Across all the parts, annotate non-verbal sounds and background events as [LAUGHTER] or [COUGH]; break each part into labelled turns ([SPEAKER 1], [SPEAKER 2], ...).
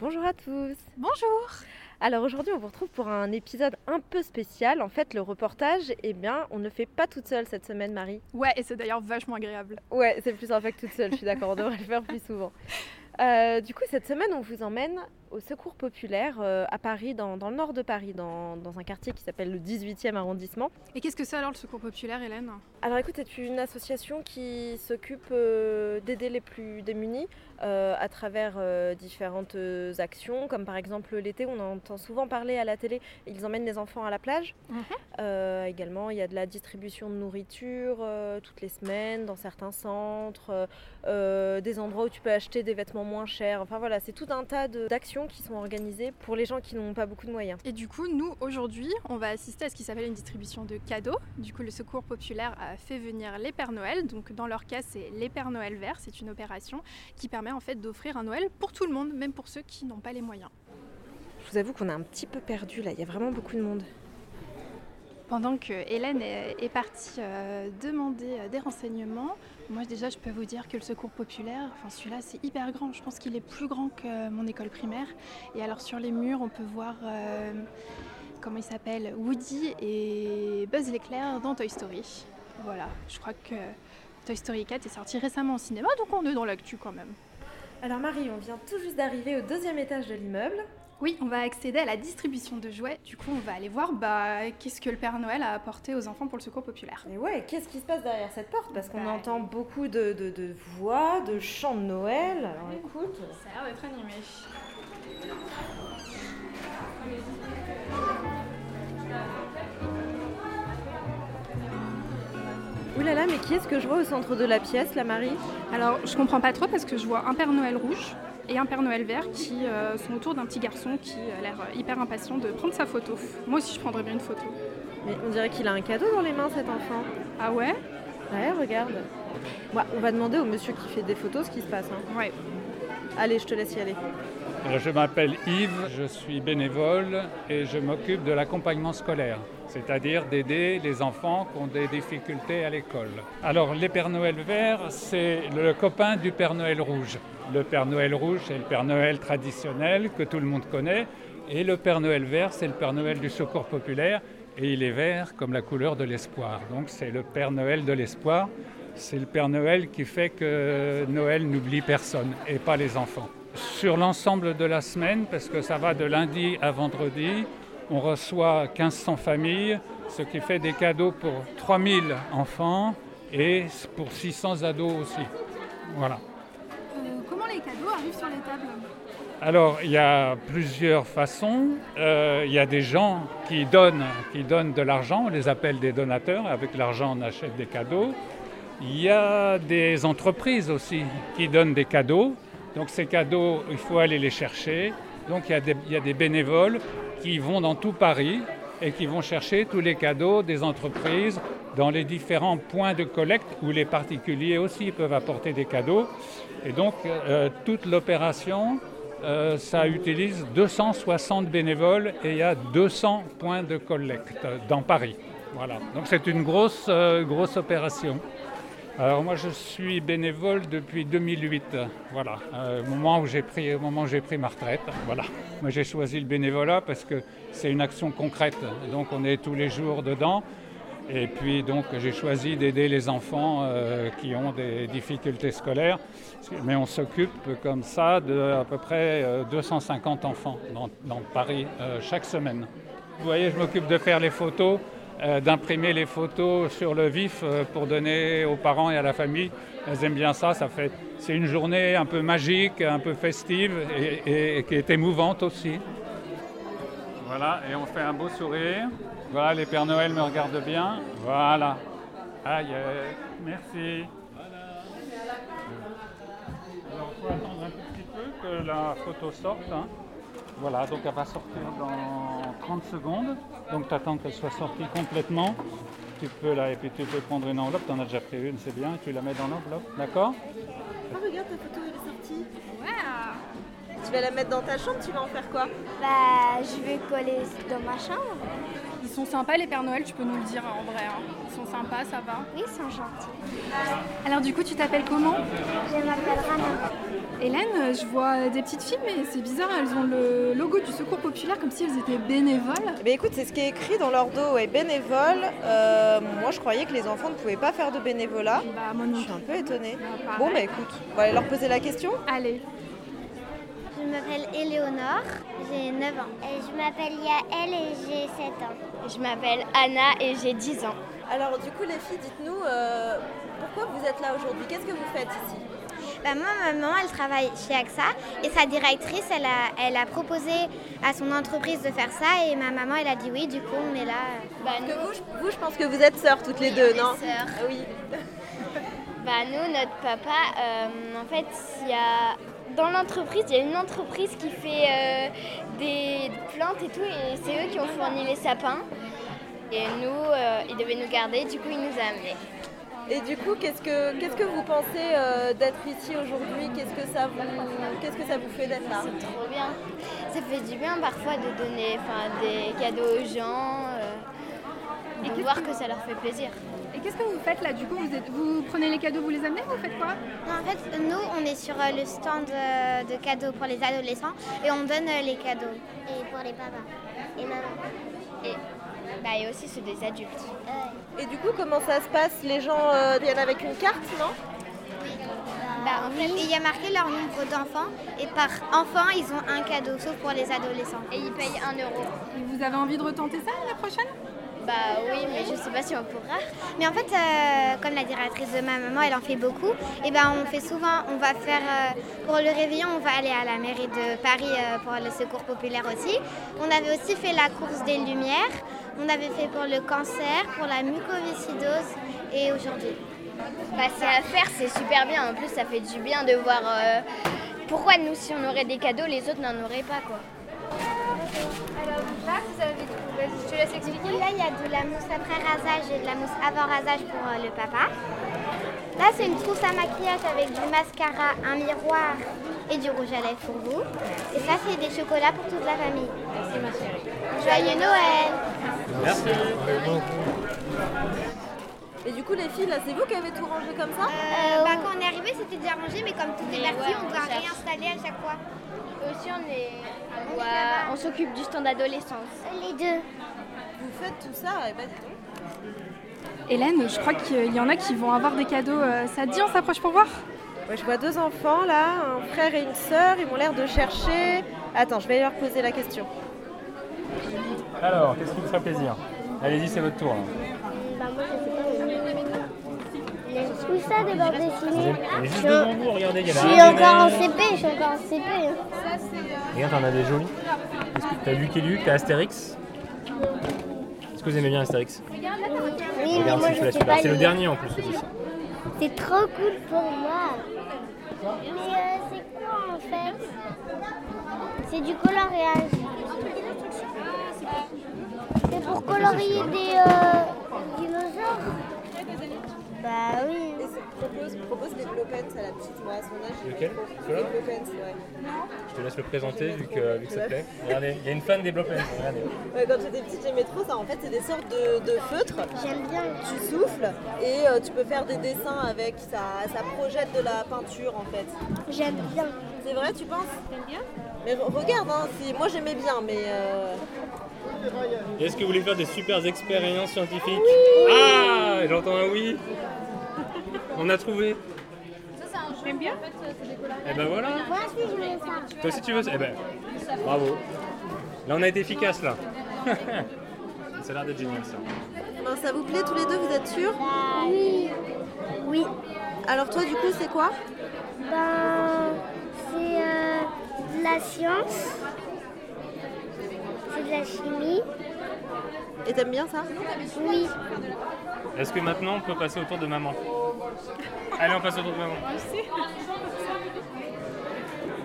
[SPEAKER 1] Bonjour à tous
[SPEAKER 2] Bonjour
[SPEAKER 1] Alors aujourd'hui on vous retrouve pour un épisode un peu spécial. En fait le reportage, eh bien on ne le fait pas toute seule cette semaine Marie.
[SPEAKER 2] Ouais, et c'est d'ailleurs vachement agréable.
[SPEAKER 1] Ouais, c'est plus sympa que toute seule, je suis d'accord, on devrait le faire plus souvent. Euh, du coup, cette semaine, on vous emmène au Secours populaire euh, à Paris, dans, dans le nord de Paris, dans, dans un quartier qui s'appelle le 18e arrondissement.
[SPEAKER 2] Et qu'est-ce que c'est alors le secours populaire, Hélène
[SPEAKER 1] Alors écoute, c'est une association qui s'occupe euh, d'aider les plus démunis euh, à travers euh, différentes actions, comme par exemple l'été, on entend souvent parler à la télé, ils emmènent les enfants à la plage.
[SPEAKER 2] Mhm.
[SPEAKER 1] Euh, également, il y a de la distribution de nourriture euh, toutes les semaines dans certains centres, euh, euh, des endroits où tu peux acheter des vêtements moins chers. Enfin voilà, c'est tout un tas de- d'actions qui sont organisées pour les gens qui n'ont pas beaucoup de moyens.
[SPEAKER 2] Et du coup, nous, aujourd'hui, on va assister à ce qui s'appelle une distribution de cadeaux. Du coup, le Secours populaire a fait venir les Pères Noël. Donc, dans leur cas, c'est les Pères Noël verts. C'est une opération qui permet en fait d'offrir un Noël pour tout le monde, même pour ceux qui n'ont pas les moyens.
[SPEAKER 1] Je vous avoue qu'on est un petit peu perdu là, il y a vraiment beaucoup de monde.
[SPEAKER 2] Pendant que Hélène est, est partie euh, demander euh, des renseignements, moi déjà je peux vous dire que le secours populaire, enfin celui-là c'est hyper grand, je pense qu'il est plus grand que euh, mon école primaire. Et alors sur les murs on peut voir, euh, comment il s'appelle, Woody et Buzz l'éclair dans Toy Story. Voilà, je crois que Toy Story 4 est sorti récemment au cinéma, donc on est dans l'actu quand même.
[SPEAKER 1] Alors Marie, on vient tout juste d'arriver au deuxième étage de l'immeuble.
[SPEAKER 2] Oui, on va accéder à la distribution de jouets, du coup on va aller voir bah, qu'est-ce que le Père Noël a apporté aux enfants pour le secours populaire.
[SPEAKER 1] Mais ouais, qu'est-ce qui se passe derrière cette porte Parce qu'on
[SPEAKER 2] Bah,
[SPEAKER 1] entend beaucoup de, de- de voix, de chants de Noël. Alors
[SPEAKER 2] Ouais.
[SPEAKER 1] Bah, écoute.
[SPEAKER 2] Ça a l'air d'être animé.
[SPEAKER 1] Ouh là là, mais qui est-ce que je vois au centre de la pièce, la Marie
[SPEAKER 2] Alors, je comprends pas trop parce que je vois un Père Noël rouge et un Père Noël vert qui euh, sont autour d'un petit garçon qui a l'air euh, hyper impatient de prendre sa photo. Moi aussi, je prendrais bien une photo.
[SPEAKER 1] Mais on dirait qu'il a un cadeau dans les mains, cet enfant.
[SPEAKER 2] Ah ouais
[SPEAKER 1] Ouais, regarde. Ouais, on va demander au monsieur qui fait des photos ce qui se passe. hein.
[SPEAKER 2] Ouais.
[SPEAKER 1] Allez, je te laisse y aller.
[SPEAKER 3] Alors, Je m'appelle Yves, je suis bénévole et je m'occupe de l'accompagnement scolaire, c'est-à-dire d'aider les enfants qui ont des difficultés à l'école. Alors les Pères Noël verts, c'est le copain du Père Noël rouge. Le Père Noël rouge, c'est le Père Noël traditionnel que tout le monde connaît. Et le Père Noël vert, c'est le Père Noël du Secours populaire. Et il est vert comme la couleur de l'espoir. Donc c'est le Père Noël de l'espoir. C'est le Père Noël qui fait que Noël n'oublie personne et pas les enfants. Sur l'ensemble de la semaine, parce que ça va de lundi à vendredi, on reçoit 1500 familles, ce qui fait des cadeaux pour 3000 enfants et pour 600 ados aussi. Voilà.
[SPEAKER 2] Euh, comment les cadeaux arrivent sur les tables
[SPEAKER 3] Alors, il y a plusieurs façons. Euh, il y a des gens qui donnent, qui donnent de l'argent, on les appelle des donateurs. Avec l'argent, on achète des cadeaux. Il y a des entreprises aussi qui donnent des cadeaux. Donc, ces cadeaux, il faut aller les chercher. Donc, il y a des, il y a des bénévoles qui vont dans tout Paris et qui vont chercher tous les cadeaux des entreprises dans les différents points de collecte où les particuliers aussi peuvent apporter des cadeaux. Et donc, euh, toute l'opération, euh, ça utilise 260 bénévoles et il y a 200 points de collecte dans Paris. Voilà, donc c'est une grosse, euh, grosse opération. Alors moi je suis bénévole depuis 2008, voilà, euh, au moment où j'ai pris, au moment où j'ai pris ma retraite, voilà. Moi j'ai choisi le bénévolat parce que c'est une action concrète, donc on est tous les jours dedans. Et puis donc j'ai choisi d'aider les enfants euh, qui ont des difficultés scolaires, mais on s'occupe comme ça de à peu près euh, 250 enfants dans, dans Paris euh, chaque semaine. Vous voyez, je m'occupe de faire les photos, euh, d'imprimer les photos sur le vif euh, pour donner aux parents et à la famille. Elles aiment bien ça, ça fait c'est une journée un peu magique, un peu festive et- et- et qui est émouvante aussi. Voilà, et on fait un beau sourire. Voilà, les Pères Noël me regardent bien. Voilà. Aïe, aïe, merci. Voilà. Alors, faut attendre un tout petit peu. que la photo sorte. hein. Voilà, donc elle va sortir dans 30 secondes. Donc tu attends qu'elle soit sortie complètement. Tu peux là, et puis tu peux prendre une enveloppe, tu en as déjà pris une, c'est bien, tu la mets dans l'enveloppe, d'accord
[SPEAKER 1] Ah, regarde, ta photo, elle est sortie.
[SPEAKER 2] euh,
[SPEAKER 1] Tu vas la mettre dans ta chambre, tu vas en faire quoi
[SPEAKER 4] Bah, je vais coller dans ma chambre.
[SPEAKER 2] Ils sont sympas les Pères Noël, tu peux nous le dire hein, en vrai. hein. Ils sont sympas, ça va.
[SPEAKER 4] Oui, ils sont gentils.
[SPEAKER 2] Alors du coup, tu t'appelles comment
[SPEAKER 4] Je m'appelle Rana.
[SPEAKER 2] Hélène, euh, je vois euh, des petites filles, mais c'est bizarre, elles ont le logo du Secours Populaire comme si elles étaient bénévoles.
[SPEAKER 1] Eh bien, écoute, c'est ce qui est écrit dans leur dos, ouais, bénévole. Euh, moi, je croyais que les enfants ne pouvaient pas faire de bénévolat.
[SPEAKER 2] Bah moi
[SPEAKER 1] Je
[SPEAKER 2] non.
[SPEAKER 1] suis un peu étonnée.
[SPEAKER 2] Bah, pareil.
[SPEAKER 1] Bon, bah écoute, on va aller leur poser la question.
[SPEAKER 2] Allez,
[SPEAKER 4] Je m'appelle Éléonore, j'ai 9 ans. Et je m'appelle Yael et j'ai 7 ans. Je m'appelle Anna et j'ai 10 ans.
[SPEAKER 1] Alors, du coup, les filles, dites-nous, euh, pourquoi vous êtes là aujourd'hui Qu'est-ce que vous faites ici
[SPEAKER 4] Bah, ma maman, elle travaille chez AXA et sa directrice, elle a, elle a proposé à son entreprise de faire ça et ma maman, elle a dit oui, du coup, on est là.
[SPEAKER 5] Bah
[SPEAKER 1] Parce
[SPEAKER 5] nous,
[SPEAKER 1] que vous, je- vous, je pense que vous êtes sœurs toutes les
[SPEAKER 4] euh,
[SPEAKER 1] deux, non
[SPEAKER 5] sœurs.
[SPEAKER 1] Ah Oui.
[SPEAKER 5] bah, nous, notre papa, euh, en fait, il y a dans l'entreprise, il y a une entreprise qui fait euh, des plantes et tout, et c'est eux qui ont fourni les sapins. Et nous, euh, ils devaient nous garder, du coup, ils nous a amenés.
[SPEAKER 1] Et du coup, qu'est-ce que qu'est-ce que vous pensez euh, d'être ici aujourd'hui Qu'est-ce que ça vous qu'est-ce que ça vous fait d'être là
[SPEAKER 5] C'est trop bien. Ça fait du bien parfois de donner enfin, des cadeaux aux gens, euh,
[SPEAKER 2] Et
[SPEAKER 5] de
[SPEAKER 2] qu'est-ce
[SPEAKER 5] voir que ça leur fait plaisir.
[SPEAKER 2] et qu'est-ce que vous faites là du coup vous, êtes- vous prenez les cadeaux, vous les amenez, vous faites quoi
[SPEAKER 4] Non, En fait, nous, on est sur euh, le stand euh, de cadeaux pour les adolescents et on donne euh, les cadeaux. Et pour les papas et maman.
[SPEAKER 5] Et, bah, et aussi ceux des adultes.
[SPEAKER 1] Et du coup, comment ça se passe Les gens euh, viennent avec une carte, non
[SPEAKER 5] Bah, en fait,
[SPEAKER 4] Il y a marqué leur nombre d'enfants et par enfant, ils ont un cadeau, sauf pour les adolescents.
[SPEAKER 5] et ils payent 1 euro.
[SPEAKER 2] Et vous avez envie de retenter ça la prochaine
[SPEAKER 5] Bah oui, mais je sais pas si on pourra.
[SPEAKER 4] Mais en fait, euh, comme la directrice de ma maman, elle en fait beaucoup, et ben on fait souvent, on va faire, euh, pour le réveillon, on va aller à la mairie de Paris euh, pour le secours populaire aussi. On avait aussi fait la course des lumières, on avait fait pour le cancer, pour la mucoviscidose et aujourd'hui.
[SPEAKER 5] Bah c'est à faire, c'est super bien. En plus, ça fait du bien de voir euh, pourquoi nous, si on aurait des cadeaux, les autres n'en auraient pas quoi.
[SPEAKER 4] Alors là, vous avez trouvé, je te laisse expliquer. Là, il y a de la mousse après rasage et de la mousse avant rasage pour euh, le papa. Là, c'est une trousse à maquillage avec du mascara, un miroir et du rouge à lèvres pour vous. Et ça, c'est des chocolats pour toute la famille. Merci, ma chérie. Joyeux Noël
[SPEAKER 1] Et du coup, les filles, là, c'est vous qui avez tout rangé comme ça
[SPEAKER 4] Euh, bah, Quand on est arrivé, c'était déjà rangé, mais comme tout est
[SPEAKER 5] Mais
[SPEAKER 4] parti,
[SPEAKER 5] ouais,
[SPEAKER 4] on
[SPEAKER 5] on
[SPEAKER 4] doit
[SPEAKER 5] cherche.
[SPEAKER 4] réinstaller à chaque fois.
[SPEAKER 5] Aussi, on est. on s'occupe du stand adolescence.
[SPEAKER 4] Les deux.
[SPEAKER 1] Vous faites tout ça Et bah, dis donc.
[SPEAKER 2] Hélène, je crois qu'il y en a qui vont avoir des cadeaux. Euh, Ça te dit, on s'approche pour voir
[SPEAKER 1] Ouais, je vois deux enfants là, un frère et une sœur. Ils m'ont l'air de chercher. Attends, je vais leur poser la question.
[SPEAKER 6] Alors, qu'est-ce qui vous ferait plaisir Allez-y, c'est votre tour.
[SPEAKER 4] moi, je sais pas. Où ça, des bandes dessinées
[SPEAKER 6] Allez juste devant vous, regardez, il y en a
[SPEAKER 4] Je suis
[SPEAKER 6] un.
[SPEAKER 4] encore en CP, je suis encore en hein. CP.
[SPEAKER 6] Regarde, t'en as des jolis. Est-ce que t'as Luc et Luc, t'as Astérix Est-ce que vous aimez bien Astérix
[SPEAKER 4] Oui, mais
[SPEAKER 6] Regarde,
[SPEAKER 4] moi
[SPEAKER 6] c'est
[SPEAKER 4] je sais
[SPEAKER 6] celui-là, celui-là.
[SPEAKER 4] pas
[SPEAKER 6] C'est le
[SPEAKER 4] lire.
[SPEAKER 6] dernier en plus. celui-ci.
[SPEAKER 4] C'est trop cool pour moi. Mais euh, c'est quoi en fait C'est du coloriage. C'est pour colorier des euh, dinosaures Bah oui.
[SPEAKER 1] Et c'est- propose, propose les Blopens à la petite, moi à son âge. j'ai
[SPEAKER 6] Lequel
[SPEAKER 1] pas trop-
[SPEAKER 6] Celui-là
[SPEAKER 1] Les Blopens, ouais.
[SPEAKER 6] Je te laisse le présenter vu que, vu que ça te plaît. Regardez, il y a une fan des Blockheads, regardez.
[SPEAKER 1] Ouais, Quand j'étais petite, j'aimais trop ça. En fait, c'est des sortes de, de feutres.
[SPEAKER 4] J'aime bien.
[SPEAKER 1] Tu souffles et euh, tu peux faire des dessins avec. Ça, ça projette de la peinture en fait.
[SPEAKER 4] J'aime bien.
[SPEAKER 1] C'est vrai, tu penses Mais re- regarde, hein, c'est- moi j'aimais bien, mais. euh,
[SPEAKER 6] Et Est-ce que vous voulez faire des super expériences scientifiques Ah J'entends un oui On a trouvé Ça, c'est un jeu. bien Eh ben voilà
[SPEAKER 4] Moi aussi je voulais ça.
[SPEAKER 6] Toi aussi tu veux ça Eh ben, bravo Là, on a été efficace, là [LAUGHS] Ça a l'air d'être génial, ça.
[SPEAKER 1] non, ben, ça vous plaît tous les deux, vous êtes sûrs
[SPEAKER 4] Bah Oui. Oui.
[SPEAKER 1] Alors toi, du coup, c'est quoi
[SPEAKER 4] Ben, c'est euh, de la science. C'est de la chimie.
[SPEAKER 1] Et t'aimes bien ça
[SPEAKER 4] Oui.
[SPEAKER 6] Est-ce que maintenant, on peut passer au tour de maman Allez, on passe au tour de maman.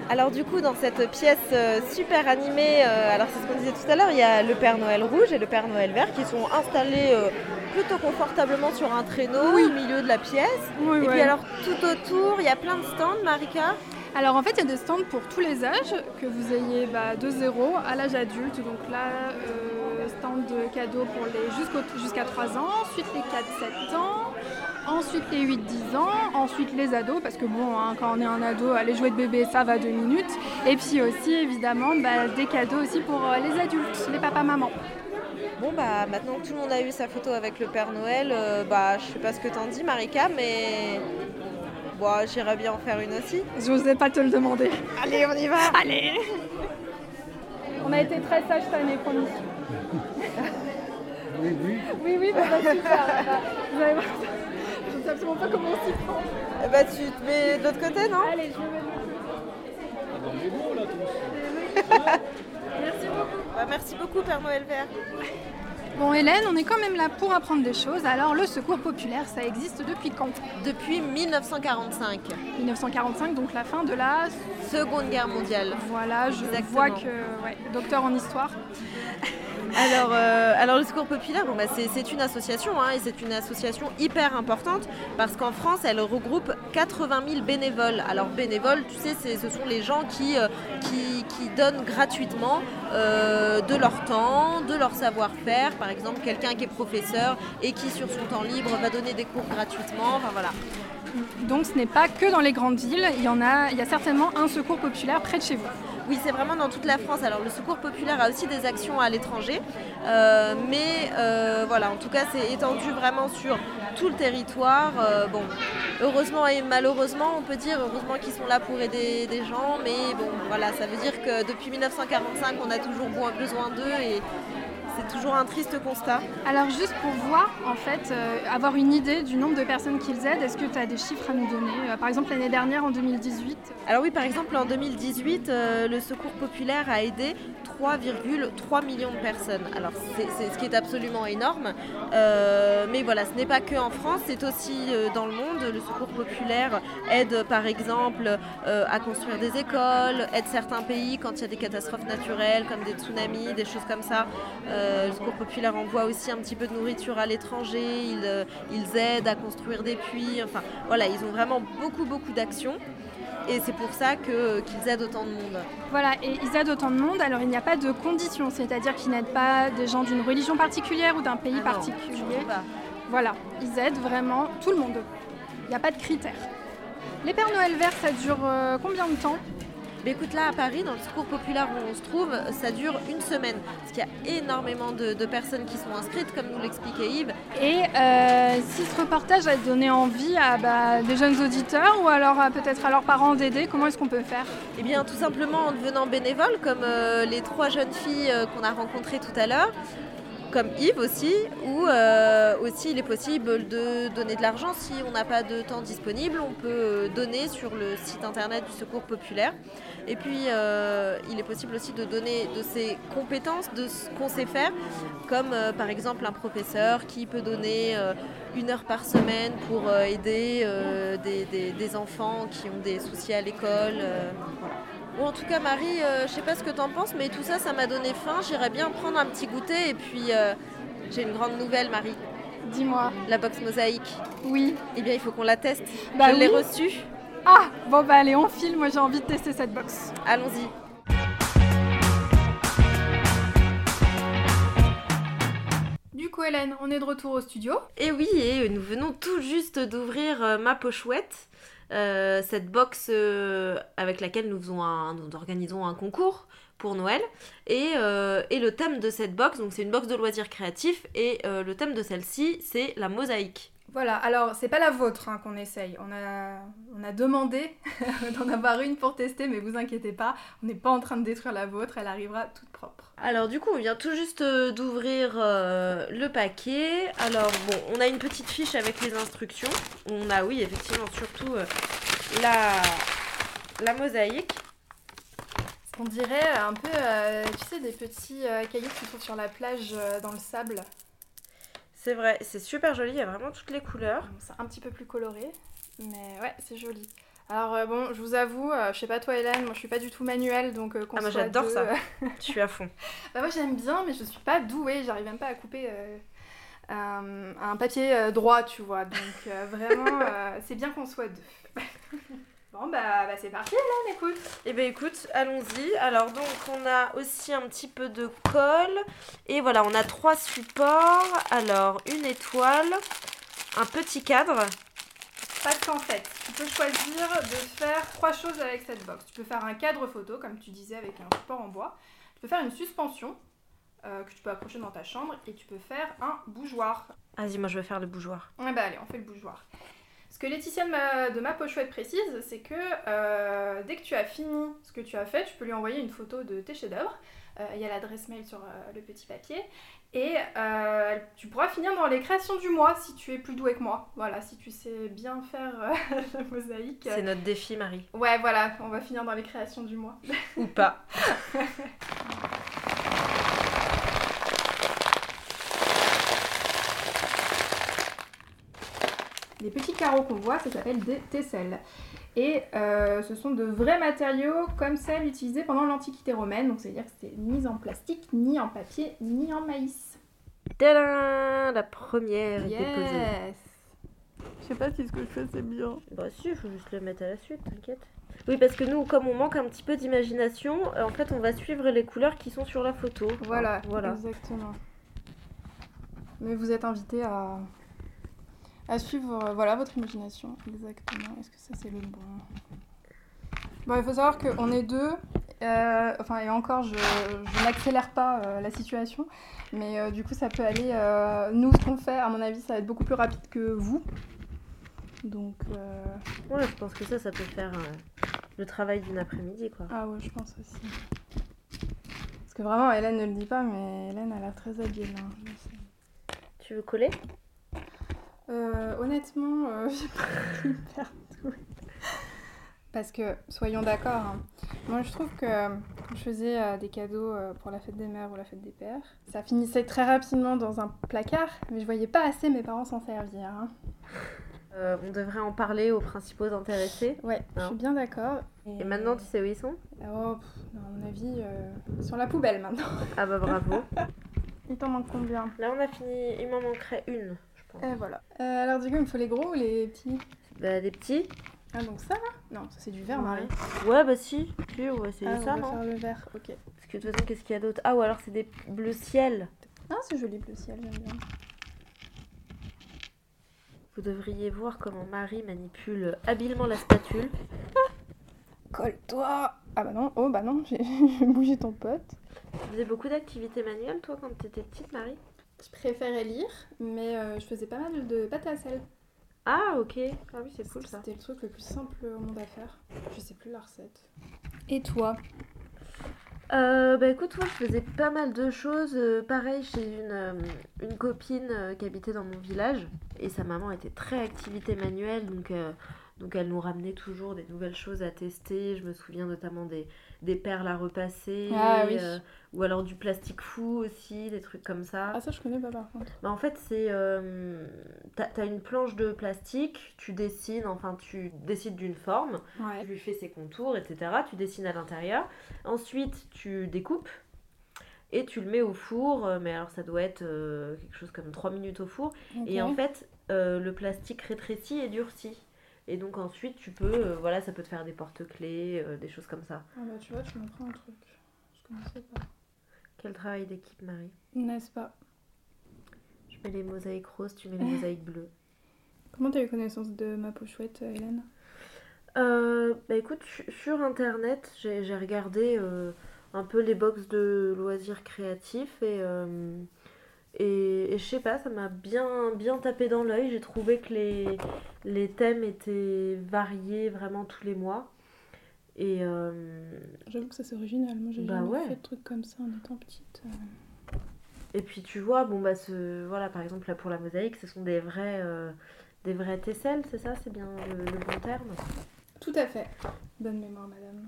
[SPEAKER 1] Alors du coup, dans cette pièce euh, super animée, euh, alors c'est ce qu'on disait tout à l'heure, il y a le Père Noël rouge et le Père Noël vert qui sont installés euh, plutôt confortablement sur un traîneau au milieu de la pièce.
[SPEAKER 2] Oui,
[SPEAKER 1] et
[SPEAKER 2] ouais.
[SPEAKER 1] puis alors tout autour, il y a plein de stands, Marika.
[SPEAKER 2] Alors en fait, il y a des stands pour tous les âges, que vous ayez bah, de 0 à l'âge adulte. Donc là, euh, stand de cadeaux pour les jusqu'au- jusqu'à 3 ans, ensuite les 4-7 ans, ensuite les 8-10 ans, ensuite les ados, parce que bon, hein, quand on est un ado, aller jouer de bébé, ça va deux minutes. Et puis aussi, évidemment, bah, des cadeaux aussi pour euh, les adultes, les papas-mamans.
[SPEAKER 1] Bon bah maintenant que tout le monde a eu sa photo avec le Père Noël, euh, bah je sais pas ce que t'en dis Marika, mais bah, j'irais bien en faire une aussi.
[SPEAKER 2] Je n'osais pas te le demander.
[SPEAKER 1] Allez, on y va
[SPEAKER 2] Allez On a été très sages cette année, promis.
[SPEAKER 7] Oui, oui.
[SPEAKER 2] Oui, oui, bah, bah, super. bah, bah, vous allez voir, je ne sais absolument pas comment on s'y prend.
[SPEAKER 1] Eh Bah tu te mets de l'autre côté, non
[SPEAKER 2] Allez, je me mets de l'autre côté. Merci beaucoup.
[SPEAKER 1] Bah, [LAUGHS] Merci beaucoup Père Noël vert.
[SPEAKER 2] Bon, Hélène, on est quand même là pour apprendre des choses. Alors, le secours populaire, ça existe depuis quand
[SPEAKER 1] Depuis 1945,
[SPEAKER 2] 1945, donc la fin de la.
[SPEAKER 1] Seconde Guerre mondiale.
[SPEAKER 2] Voilà, je
[SPEAKER 1] Exactement.
[SPEAKER 2] vois que. Ouais, docteur en histoire.
[SPEAKER 1] Alors, euh, alors le Secours populaire, bon, bah, c'est- c'est une association, hein, et c'est une association hyper importante parce qu'en France, elle regroupe 80 000 bénévoles. Alors bénévoles, tu sais, c'est- ce sont les gens qui, euh, qui, qui donnent gratuitement euh, de leur temps, de leur savoir-faire. Par exemple, quelqu'un qui est professeur et qui, sur son temps libre, va donner des cours gratuitement. Enfin voilà.
[SPEAKER 2] Donc, ce n'est pas que dans les grandes villes, il y en a, il y a certainement un secours populaire près de chez vous.
[SPEAKER 1] Oui, c'est vraiment dans toute la France. Alors, le Secours populaire a aussi des actions à l'étranger, Euh, mais euh, voilà, en tout cas, c'est étendu vraiment sur tout le territoire. Euh, bon, heureusement et malheureusement, on peut dire heureusement qu'ils sont là pour aider des gens, mais bon, voilà, ça veut dire que depuis 1945, on a toujours besoin d'eux et c'est toujours un triste constat.
[SPEAKER 2] Alors, juste pour voir, en fait, euh, avoir une idée du nombre de personnes qu'ils aident, est-ce que tu as des chiffres à nous donner Euh, Par exemple, l'année dernière, en 2018,
[SPEAKER 1] Alors oui, par exemple, en 2018, euh, le Secours populaire a aidé 3,3 millions de personnes. Alors c'est c'est ce qui est absolument énorme. Euh, mais voilà, ce n'est pas que en France, c'est aussi euh, dans le monde. Le Secours populaire aide par exemple euh, à construire des écoles, aide certains pays quand il y a des catastrophes naturelles comme des tsunamis, des choses comme ça. Euh, le Secours populaire envoie aussi un petit peu de nourriture à l'étranger, ils, euh, ils aident à construire des puits. Enfin voilà, ils ont vraiment beaucoup beaucoup d'actions. Et c'est pour ça que- qu'ils aident autant de monde.
[SPEAKER 2] Voilà, et ils aident autant de monde, alors il n'y a pas de conditions, c'est-à-dire qu'ils n'aident pas des gens d'une religion particulière ou d'un pays
[SPEAKER 1] Ah non,
[SPEAKER 2] particulier.
[SPEAKER 1] surtout pas.
[SPEAKER 2] Voilà, ils aident vraiment tout le monde. Il n'y a pas de critères. Les Pères Noël verts, ça dure euh, combien de temps
[SPEAKER 1] Mais écoute, là à Paris, dans le secours populaire où on se trouve, ça dure une semaine. Parce qu'il y a énormément de, de personnes qui sont inscrites, comme nous l'expliquait Yves.
[SPEAKER 2] Et euh, si ce reportage a donné envie à bah, des jeunes auditeurs ou alors à peut-être à leurs parents d'aider, comment est-ce qu'on peut faire
[SPEAKER 1] Eh bien, tout simplement en devenant bénévole, comme euh, les trois jeunes filles euh, qu'on a rencontrées tout à l'heure, comme Yves aussi, ou euh, aussi il est possible de donner de l'argent si on n'a pas de temps disponible. On peut euh, donner sur le site internet du Secours populaire. Et puis, euh, il est possible aussi de donner de ses compétences, de ce qu'on sait faire, comme euh, par exemple un professeur qui peut donner euh, une heure par semaine pour euh, aider euh, des, des- des enfants qui ont des soucis à l'école. euh, voilà. Bon, en tout cas, Marie, euh, je sais pas ce que t'en penses, mais tout ça, ça m'a donné faim. J'irais bien prendre un petit goûter. Et puis, euh, j'ai une grande nouvelle, Marie.
[SPEAKER 2] Dis-moi.
[SPEAKER 1] La box mosaïque.
[SPEAKER 2] Oui.
[SPEAKER 1] Eh bien, il faut qu'on la teste.
[SPEAKER 2] Bah
[SPEAKER 1] je l'ai
[SPEAKER 2] oui.
[SPEAKER 1] reçue.
[SPEAKER 2] Ah, bon bah allez, on file, moi j'ai envie de tester cette box.
[SPEAKER 1] Allons-y.
[SPEAKER 2] Du coup Hélène, on est de retour au studio.
[SPEAKER 1] Et Eh oui, et euh, nous venons tout juste d'ouvrir euh, ma pochouette, euh, cette box euh, avec laquelle nous, faisons un- nous organisons un concours pour Noël. Et, euh, et le thème de cette box, donc c'est une box de loisirs créatifs, et euh, le thème de celle-ci, c'est la mosaïque.
[SPEAKER 2] Voilà, alors c'est pas la vôtre hein, qu'on essaye. On a, on a demandé [LAUGHS] d'en avoir une pour tester, mais vous inquiétez pas, on n'est pas en train de détruire la vôtre, elle arrivera toute propre.
[SPEAKER 1] Alors du coup, on vient tout juste euh, d'ouvrir euh, le paquet. Alors bon, on a une petite fiche avec les instructions. On a oui, effectivement, surtout euh, la, la mosaïque.
[SPEAKER 2] On dirait euh, un peu, euh, tu sais, des petits euh, cailloux qui sont sur la plage euh, dans le sable.
[SPEAKER 1] C'est vrai, c'est super joli, il y a vraiment toutes les couleurs.
[SPEAKER 2] Bon, C'est un petit peu plus coloré, mais ouais, c'est joli. Alors euh, bon, je vous avoue, euh, je sais pas toi Hélène, moi je suis pas du tout manuelle donc euh, qu'on
[SPEAKER 1] Ah, moi,
[SPEAKER 2] soit
[SPEAKER 1] j'adore
[SPEAKER 2] deux, [LAUGHS]
[SPEAKER 1] ça.
[SPEAKER 2] euh,
[SPEAKER 1] Je suis à fond.
[SPEAKER 2] bah moi j'aime bien mais je suis pas douée, j'arrive même pas à couper euh, un- un papier euh, droit tu vois. Donc euh, vraiment euh, c'est bien qu'on soit deux. [LAUGHS] bon bah, bah, c'est parti Hélène, écoute.
[SPEAKER 1] Eh bien écoute, allons-y. Alors donc on a aussi un petit peu de colle. Et voilà, on a trois supports. Alors une étoile, un petit cadre.
[SPEAKER 2] Parce qu'en fait, tu peux choisir de faire trois choses avec cette box. Tu peux faire un cadre photo, comme tu disais, avec un support en bois. Tu peux faire une suspension euh, que tu peux accrocher dans ta chambre. Et tu peux faire un bougeoir.
[SPEAKER 1] Vas-y, moi je vais faire le bougeoir.
[SPEAKER 2] Ah bah allez, on fait le bougeoir. Ce que Laetitia de ma, de ma pochouette précise, c'est que euh, dès que tu as fini ce que tu as fait, tu peux lui envoyer une photo de tes chefs-d'œuvre. Euh, Il y a l'adresse mail sur euh, le petit papier. Et euh, tu pourras finir dans les créations du mois si tu es plus doué que moi. Voilà, si tu sais bien faire euh, [LAUGHS] la mosaïque.
[SPEAKER 1] C'est notre défi, Marie.
[SPEAKER 2] Ouais, voilà, on va finir dans les créations du mois.
[SPEAKER 1] Ou pas.
[SPEAKER 2] Les petits carreaux qu'on voit, ça s'appelle des tesselles. Et euh, ce sont de vrais matériaux comme celles utilisées pendant l'Antiquité romaine. Donc c'est-à-dire que c'était ni en plastique, ni en papier, ni en maïs.
[SPEAKER 1] Tadam La première est déposée.
[SPEAKER 7] Je sais pas si ce que je fais c'est bien.
[SPEAKER 1] Bah si, il faut juste le mettre à la suite, t'inquiète. Oui, parce que nous, comme on manque un petit peu d'imagination, euh, en fait, on va suivre les couleurs qui sont sur la photo. Hein,
[SPEAKER 2] Voilà,
[SPEAKER 1] Voilà.
[SPEAKER 2] exactement. Mais vous êtes invité à, à suivre euh, voilà, votre imagination. Exactement. Est-ce que ça c'est le bon Bon, il faut savoir qu'on est deux. euh, enfin, et encore, je, je n'accélère pas euh, la situation. Mais euh, du coup, ça peut aller. euh, nous, ce qu'on fait, à mon avis, ça va être beaucoup plus rapide que vous. Donc, euh,
[SPEAKER 1] Ouais, je pense que ça, ça peut faire euh, le travail d'une après-midi, quoi.
[SPEAKER 2] ah ouais, je pense aussi. Parce que vraiment, Hélène ne le dit pas, mais Hélène a l'air très habile. hein. Je sais.
[SPEAKER 1] Tu veux coller
[SPEAKER 2] Euh, honnêtement, euh, [LAUGHS] j'ai pas été hyper douée. Parce que, soyons d'accord, hein, moi je trouve que quand je faisais euh, des cadeaux euh, pour la fête des mères ou la fête des pères, ça finissait très rapidement dans un placard, mais je voyais pas assez mes parents s'en servir. hein.
[SPEAKER 1] Euh, On devrait en parler aux principaux intéressés.
[SPEAKER 2] Ouais, je suis
[SPEAKER 1] Non.
[SPEAKER 2] bien d'accord.
[SPEAKER 1] Et maintenant, tu sais où ils sont
[SPEAKER 2] Oh, pff, non, à mon avis, euh, sur la poubelle maintenant.
[SPEAKER 1] Ah bah bravo.
[SPEAKER 2] Il t'en manque combien
[SPEAKER 1] Là, on a fini. Il m'en manquerait une, je pense.
[SPEAKER 2] Et voilà. Euh, alors, du coup, il me faut les gros ou les petits
[SPEAKER 1] Bah, des petits
[SPEAKER 2] Ah, donc ça là Non, ça c'est du vert, Marie.
[SPEAKER 1] Ouais, bah si. Si, on va essayer
[SPEAKER 2] Ah,
[SPEAKER 1] ça,
[SPEAKER 2] on va
[SPEAKER 1] non
[SPEAKER 2] faire le vert, ok.
[SPEAKER 1] Parce que de toute façon, qu'est-ce qu'il y a d'autre Ah, ou alors, c'est des bleus ciel.
[SPEAKER 2] Ah, c'est joli bleu ciel, j'aime bien.
[SPEAKER 1] Vous devriez voir comment Marie manipule habilement la spatule.
[SPEAKER 2] Colle-toi Ah bah non, oh bah non, [LAUGHS] j'ai j'ai bougé ton pote.
[SPEAKER 1] Tu faisais beaucoup d'activités manuelles, toi, quand t'étais petite, Marie
[SPEAKER 2] Je préférais lire, mais euh, je faisais pas mal de pâte à sel.
[SPEAKER 1] Ah, ok. Ah oui, c'est cool, ça.
[SPEAKER 2] C'était le truc le plus simple au monde à faire. Je sais plus la recette. Et toi
[SPEAKER 1] Euh, bah écoute, moi je faisais pas mal de choses. euh, pareil, chez une, euh, une copine euh, qui habitait dans mon village et sa maman était très activité manuelle donc, euh, donc elle nous ramenait toujours des nouvelles choses à tester. Je me souviens notamment des, des perles à repasser euh,
[SPEAKER 2] Ah oui.
[SPEAKER 1] ou alors du plastique fou aussi, des trucs comme ça.
[SPEAKER 2] Ah ça je connais pas par contre.
[SPEAKER 1] Bah, en fait, c'est. euh, t'as t'as une planche de plastique, tu dessines, enfin tu décides d'une forme.
[SPEAKER 2] Ouais.
[SPEAKER 1] Tu lui fais ses contours, etc. Tu dessines à l'intérieur. Ensuite, tu découpes et tu le mets au four. euh, Mais alors, ça doit être euh, quelque chose comme 3 minutes au four. Et en fait, euh, le plastique rétrécit et durcit. Et donc, ensuite, tu peux, euh, voilà, ça peut te faire des porte-clés, euh, des choses comme ça.
[SPEAKER 2] Ah bah tu vois, tu m'apprends un truc. Je connaissais pas.
[SPEAKER 1] Quel travail d'équipe, Marie.
[SPEAKER 2] N'est-ce pas
[SPEAKER 1] Je mets les mosaïques roses, tu mets [LAUGHS] les mosaïques bleues.
[SPEAKER 2] Comment t'as eu connaissance de ma pochouette, euh, Hélène
[SPEAKER 1] Euh, bah écoute, su- sur internet, j'ai j'ai regardé euh, un peu les box de loisirs créatifs et, euh, et, et je sais pas, ça m'a bien, bien tapé dans l'œil. J'ai trouvé que les, les thèmes étaient variés vraiment tous les mois. Et euh,
[SPEAKER 2] J'avoue que ça c'est original, moi j'ai
[SPEAKER 1] Bah
[SPEAKER 2] jamais
[SPEAKER 1] ouais.
[SPEAKER 2] fait de trucs comme ça en étant petite. euh.
[SPEAKER 1] Et puis tu vois, bon bah ce, voilà, par exemple là pour la mosaïque, ce sont des vrais, euh, des vrais tesselles, c'est ça, c'est bien le, le bon terme.
[SPEAKER 2] Tout à fait. Bonne mémoire madame.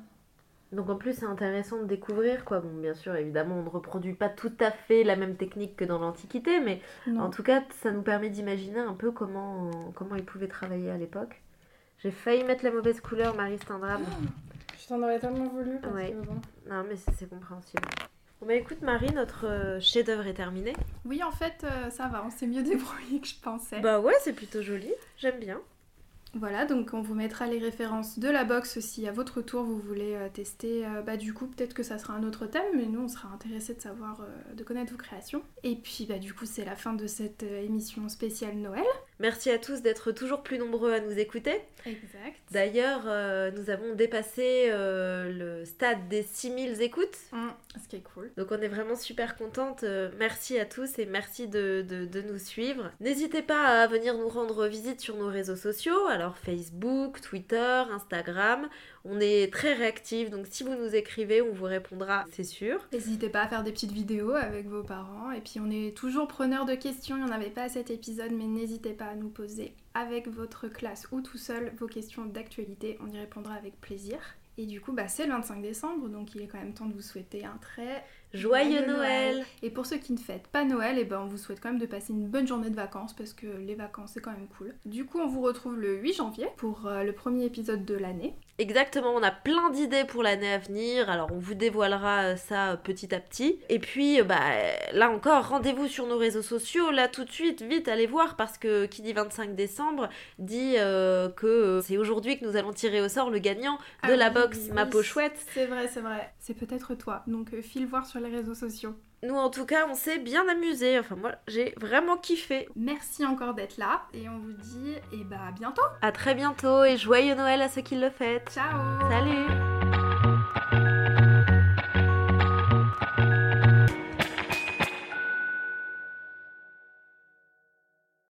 [SPEAKER 1] Donc en plus c'est intéressant de découvrir quoi. Bon bien sûr évidemment on ne reproduit pas tout à fait la même technique que dans l'Antiquité, mais en tout cas ça nous permet d'imaginer un peu comment, comment ils pouvaient travailler à l'époque. J'ai- J'ai failli mettre la mauvaise couleur, Marie, c'est un drame.
[SPEAKER 8] Je t'en aurais tellement voulu parce
[SPEAKER 1] Ouais.
[SPEAKER 8] que bon.
[SPEAKER 1] Non, mais c'est c'est compréhensible. Bon, bah écoute, Marie, notre euh, chef-d'œuvre est terminé.
[SPEAKER 2] Oui, en fait, euh, ça va, on s'est mieux [LAUGHS] débrouillé que je pensais.
[SPEAKER 1] Bah ouais, c'est plutôt joli. J'aime bien.
[SPEAKER 2] Voilà, donc on vous mettra les références de la box si à votre tour vous voulez euh, tester. Euh, bah du coup, peut-être que ça sera un autre thème, mais nous on sera intéressés de savoir, euh, de connaître vos créations. Et puis bah du coup, c'est la fin de cette euh, émission spéciale Noël.
[SPEAKER 1] Merci à tous d'être toujours plus nombreux à nous écouter.
[SPEAKER 2] Exact.
[SPEAKER 1] D'ailleurs, euh, nous avons dépassé euh, le stade des 6000 écoutes.
[SPEAKER 2] Hein, ce qui est cool.
[SPEAKER 1] Donc on est vraiment super contente. Euh, Merci à tous et merci de, de- de nous suivre. N'hésitez pas à venir nous rendre visite sur nos réseaux sociaux, alors Facebook, Twitter, Instagram. On est très réactifs, donc si vous nous écrivez, on vous répondra, c'est sûr.
[SPEAKER 2] N'hésitez pas à faire des petites vidéos avec vos parents. Et puis on est toujours preneur de questions. Il n'y en avait pas à cet épisode, mais n'hésitez pas à nous poser avec votre classe ou tout seul vos questions d'actualité. On y répondra avec plaisir. Et du coup, bah, c'est le 25 décembre, donc il est quand même temps de vous souhaiter un très...
[SPEAKER 1] Joyeux
[SPEAKER 2] Joyeux Noël.
[SPEAKER 1] Noël
[SPEAKER 2] Et pour ceux qui ne fêtent pas Noël, et ben, on vous souhaite quand même de passer une bonne journée de vacances, parce que les vacances, c'est quand même cool. Du coup, on vous retrouve le 8 janvier pour euh, le premier épisode de l'année.
[SPEAKER 1] Exactement, on a plein d'idées pour l'année à venir, alors on vous dévoilera euh, ça euh, petit à petit. Et puis, euh, bah, euh, là encore, rendez-vous sur nos réseaux sociaux, là tout de suite, vite, allez voir, parce que qui dit 25 décembre dit euh, que euh, c'est aujourd'hui que nous allons tirer au sort le gagnant de
[SPEAKER 2] Ah
[SPEAKER 1] la
[SPEAKER 2] oui,
[SPEAKER 1] box
[SPEAKER 2] oui,
[SPEAKER 1] Ma
[SPEAKER 2] oui,
[SPEAKER 1] Peau Chouette.
[SPEAKER 2] C'est vrai, c'est vrai. C'est peut-être toi, donc euh, file voir sur les réseaux sociaux.
[SPEAKER 1] Nous, en tout cas, on s'est bien amusés, enfin moi, j'ai vraiment kiffé.
[SPEAKER 2] Merci encore d'être là et on vous dit et bah à bientôt.
[SPEAKER 1] À très bientôt et joyeux Noël à ceux qui le fêtent.
[SPEAKER 2] Ciao.
[SPEAKER 1] Salut